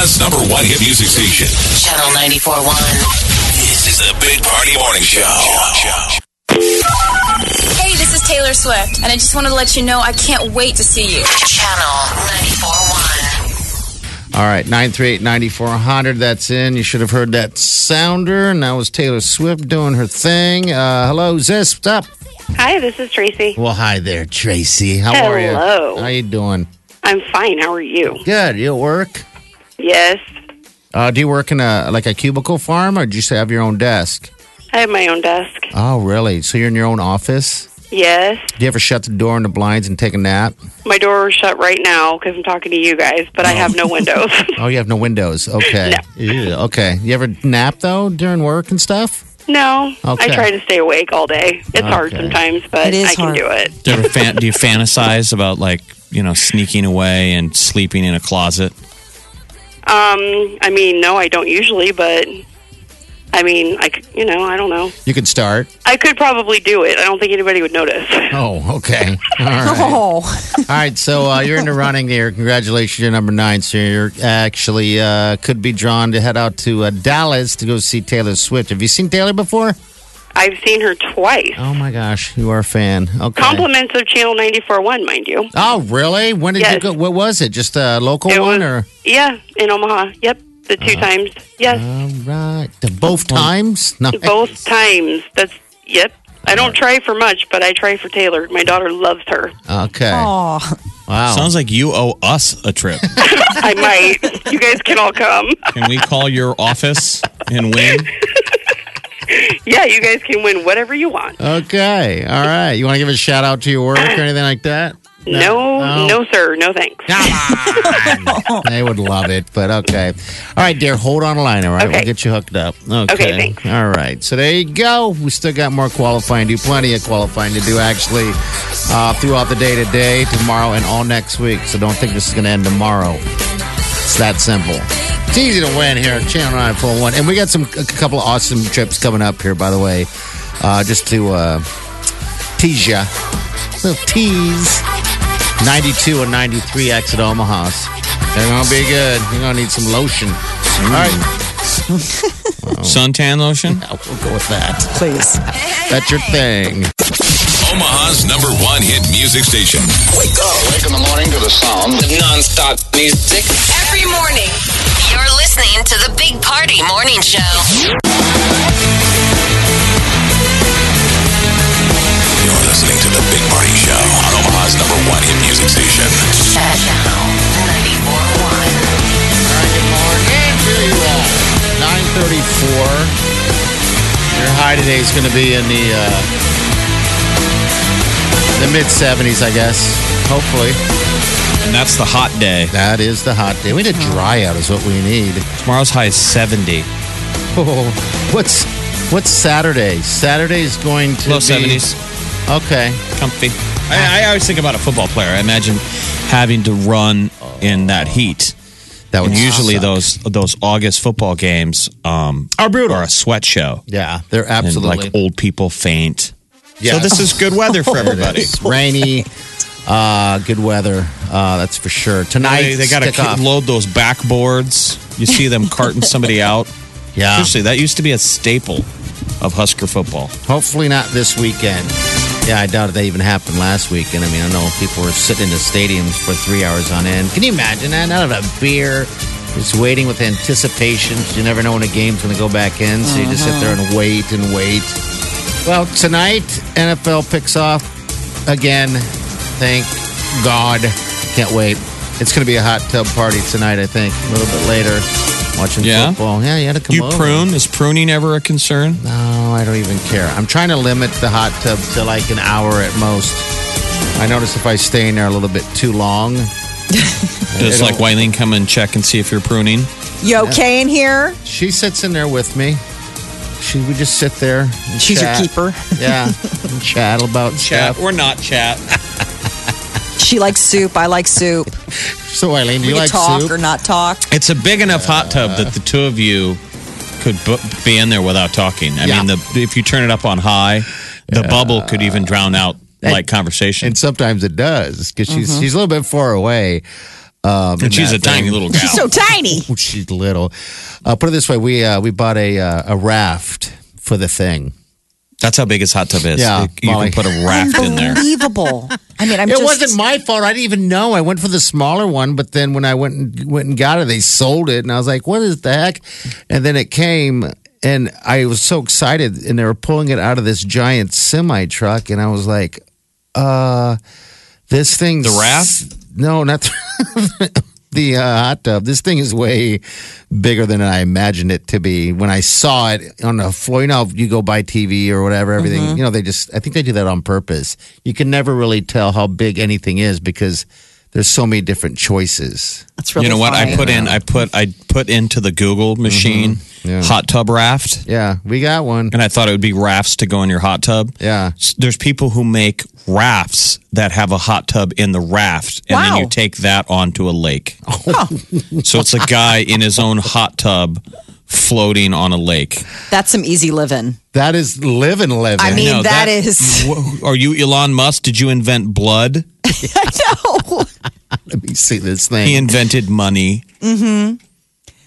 Omaha's number one hit music station. Channel 94.1. This is the Big Party Morning Show. Hey, this is Taylor Swift, and I just wanted to let you know I can't wait to see you. Channel 94.1. All right, 938 9400. That's in. You should have heard that sounder. And that was Taylor Swift doing her thing. Uh, hello, Zis. What's up? Hi, this is Tracy. Well, hi there, Tracy. How are you? Hello. How you doing? I'm fine. How are you? Good. You at work? Yes, Uh, do you work in a like a cubicle farm or do you just have your own desk? I have my own desk. Oh, really? So you're in your own office? Yes, Do you ever shut the door and the blinds and take a nap? my door is shut right now because I'm talking to you guys, but I have no windows. Oh, you have no windows. Okay. Ew, okay. You ever nap though during work and stuff? no, Okay. I try to stay awake all day. It's hard Okay. sometimes, but It is I can hard. do it. Do you, ever fan- do you fantasize about like you know sneaking away and sleeping in a closet? Um, I mean, no, I don't usually, but I mean, I c- you know, I don't know. You could start. I could probably do it. I don't think anybody would notice. Oh, okay. All right. All right, so uh, you're in the running here. Congratulations, you're number nine. So you're actually uh, could be drawn to head out to uh, Dallas to go see Taylor Swift. Have you seen Taylor before? I've seen her twice. Oh my gosh, you are a fan. Okay. Compliments of Channel 94.1, mind you. Oh really? When did you Yes. go? What was it? Just a local It one was- or? Yeah, in Omaha. Yep, the two times. Yes. All right, the both times. No. Both times. That's yep. I don't try for much, but I try for Taylor. My daughter loves her. Okay. Wow. Sounds like you owe us a trip. I might. You guys can all come. Can we call your office and win? Yeah, you guys can win whatever you want. okay. All right. You want to give a shout out to your work or anything like that? No, No. no, sir. No thanks. they would love it, but okay. All right, dear, hold on a line, all right? We'll Okay. get you hooked up. Okay. thanks. All right. So there you go. We still got more qualifying to do, plenty of qualifying to do, actually, uh, throughout the day today, tomorrow, and all next week. So don't think this is going to end tomorrow. It's that simple. It's easy to win here at Channel 941. And we got some a couple of awesome trips coming up here, by the way, uh, just to uh, tease you. Little tease. 92 and 93 exit Omaha's. They're gonna be good. You're gonna need some lotion. All right, Oh. Suntan lotion. yeah, we'll go with that. Please. That's your thing. Omaha's number one hit music station. Wake in the morning to the sound of non-stop music. Every morning, you're listening to the Big Party Morning Show. You're listening to the Big Party Show on Omaha's number one hit music station. Channel 94.1. All right, good morning to you all. 934. Your high today is gonna be in the uh, the mid 70s, I guess. Hopefully, And that's the hot day. that is the hot day. We need a dry out, is what we need. Tomorrow's high is 70. Oh, what's what's Saturday? Saturday is going to Low be 70s. Okay. Comfy. I, I always think about a football player. I imagine having to run in that heat. That And would usually suck. those those August football games um, are brutal. Are a sweat show. Yeah, they're And absolutely like old people faint. Yeah. So this is good weather for everybody. It's rainy, uh, good weather. Uh, that's for sure. Tonight They, got stick off. to load those backboards. You see them carting somebody out. yeah. Seriously, that used to be a staple of Husker football. Hopefully not this weekend. Yeah, I doubt that even happened last weekend. I mean, I know people were sitting in the stadiums for three hours on end. Can you imagine that? Not have a beer. Just waiting with anticipation. 'cause You never know when a game's going to go back in, so you just sit there Uh-huh. and wait and wait. Well, tonight NFL picks off again. Thank God. Can't wait. It's going to be a hot tub party tonight. I think a little bit later. Watching Yeah? football. Yeah, you had to come you over. prune? Is pruning ever a concern? No, Oh, I don't even care. I'm trying to limit the hot tub to like an hour at most. I notice if I stay in there a little bit too long, Does like Wileen come and check and see if you're pruning? You okay in here? She sits in there with me. She would just sit there. And She's your chat. keeper. Yeah, and chat about stuff. or not chat? She likes soup. I like soup. So, Eileen, we do you can like talk soup? or not talk. It's a big enough hot tub that the two of you could bu- be in there without talking. I Yeah. mean, the, if you turn it up on high, the bubble could even drown out like conversation. and sometimes it does because she's Mm-hmm. she's a little bit far away. Um, in And she's that a tiny thing. little gal. She's so tiny. Ooh, She's little. Uh, put it this way: we uh, we bought a uh, a raft for the thing. That's how big his hot tub is. Yeah, You- you Molly. can put a raft in there. Unbelievable. I mean, I'm It just. wasn't my fault. I didn't even know. I went for the smaller one, but then when I went and, went and got it, they sold it, and I was like, "What is the heck?" And then it came, and I was so excited, and they were pulling it out of this giant semi truck, and I was like, "Uh, this thing." The raft? No, not the, the uh, hot tub. This thing is way bigger than I imagined it to be when I saw it on a floor. You know, you go buy TV or whatever, everything. Mm-hmm. You know, they just, I think they do that on purpose. You can never really tell how big anything is because there's so many different choices. That's really you know what? I funny. put in. I put. I put into the Google machine Mm-hmm. Yeah. hot tub raft, Yeah, we got one. and I thought it would be rafts to go in your hot tub. Yeah. S- There's people who make rafts that have a hot tub in the raft, and Wow. then you take that onto a lake. so it's a guy in his own hot tub floating on a lake. That's some easy living. That is living, living. I mean, No, that is. Wh- Are you Elon Musk? Did you invent blood? no. Let me see this He thing. invented money. Mm-hmm.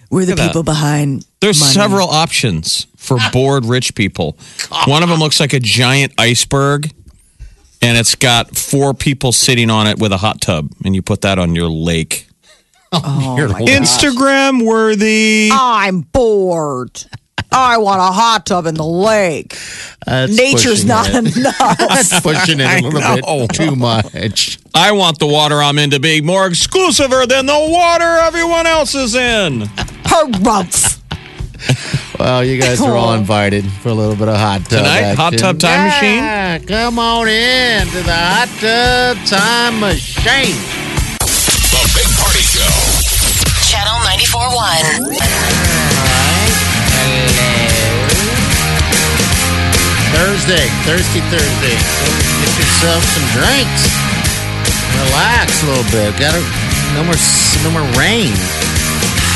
We're the Look at people behind. There's money. several options for bored rich people. One of them looks like a giant iceberg, and it's got four people sitting on it with a hot tub, and you put that on your lake. Here, hold on. Instagram worthy. I'm bored. I want a hot tub in the lake. That's Nature's pushing not it. enough. That's pushing it a little know. bit too much. I want the water I'm in to be more exclusiver than the water everyone else is in. Her rumps. Well, you guys are all invited for a little bit of hot tub Tonight, hot action. tub time machine? Yeah, Come on in to the hot tub time machine. The Big Party Show. Channel 94.1. Thursday, thirsty Thursday. So get yourself some drinks. Relax a little bit. Got to no more s- no more rain.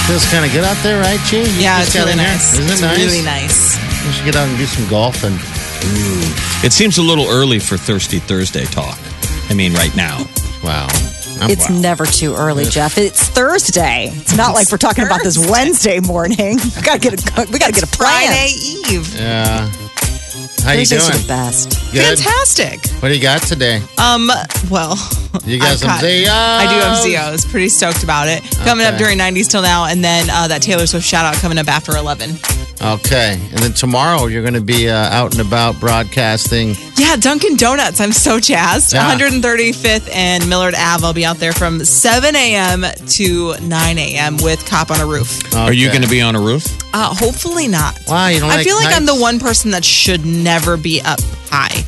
Feels kind of good out there, right, Chi? You just got in there. Isn't it nice? nice. We should get out and do some golfing. It seems a little early for Thirsty Thursday talk. I mean, right now. Wow. I'm It's wow. never too early, Jeff. It's Thursday. It's not like we're talking about this Wednesday morning. We gotta get a we gotta get a plan. Friday Eve. yeah. How you Thursdays are doing? the best. Good? Fantastic. What do you got today? Um, well, You got I've some got- Zio. I do have Zio's. Pretty stoked about it. Coming up Okay. during 90s till now, and then uh, that Taylor Swift shout out coming up after 11. Okay, and then tomorrow you're going to be uh, out and about broadcasting. Yeah, Dunkin' Donuts. I'm so jazzed. Yeah. 135th and Millard Ave. I'll be out there from 7 a.m. to 9 a.m. with Cop on a Roof. Are you Okay. going to be on a roof? Uh, hopefully not. Why you don't I like feel like I'm the heights? one person that should never be up high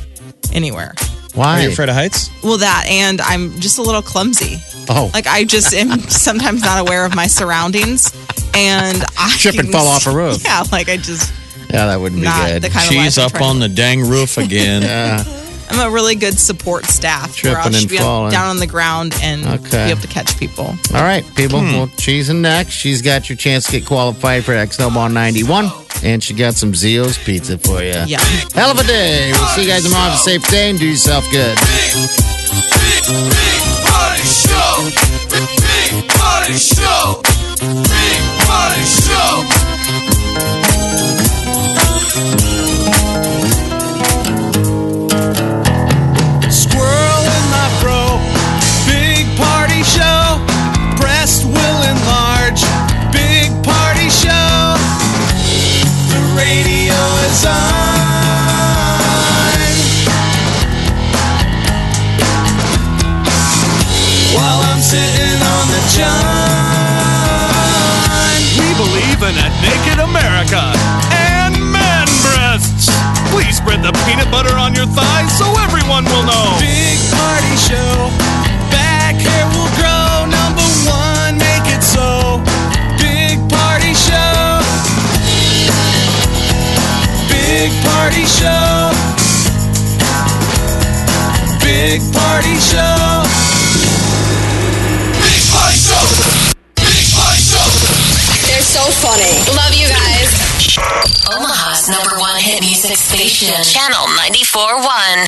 anywhere. Are Why? you afraid of heights? Well, that and I'm just a little clumsy. oh, Like I just am sometimes not aware of my surroundings, and I Trip and fall off a roof. Yeah, like I just yeah, that wouldn't be not good. the kind of She's life I'm up trying to on the dang roof again. I'm a really good support staff. where I'll Tripping just and be on- falling. down on the ground and Okay. be able to catch people. All right, people. Hmm. Well, she's in next. She's got your chance to get qualified for X Snowball 91, and she got some Zio's pizza for you. Yeah. Hell of a day. We'll see you guys tomorrow. Have a safe day and do yourself good. Big, big party show. Big, big party show. Big party show. Squirrel in my bro. Big party show. Breast will enlarge. Big party show. The radio is on. While I'm sitting on the john. We believe in a naked America and man breasts. Please spread the peanut butter on your thighs so everyone will know. Big party show. Back hair will grow. Number Big Party Show. Big Party Show. Big Party Show. Big Party Show. They're so funny. Love you guys. Omaha's number one hit music station, Channel 94.1.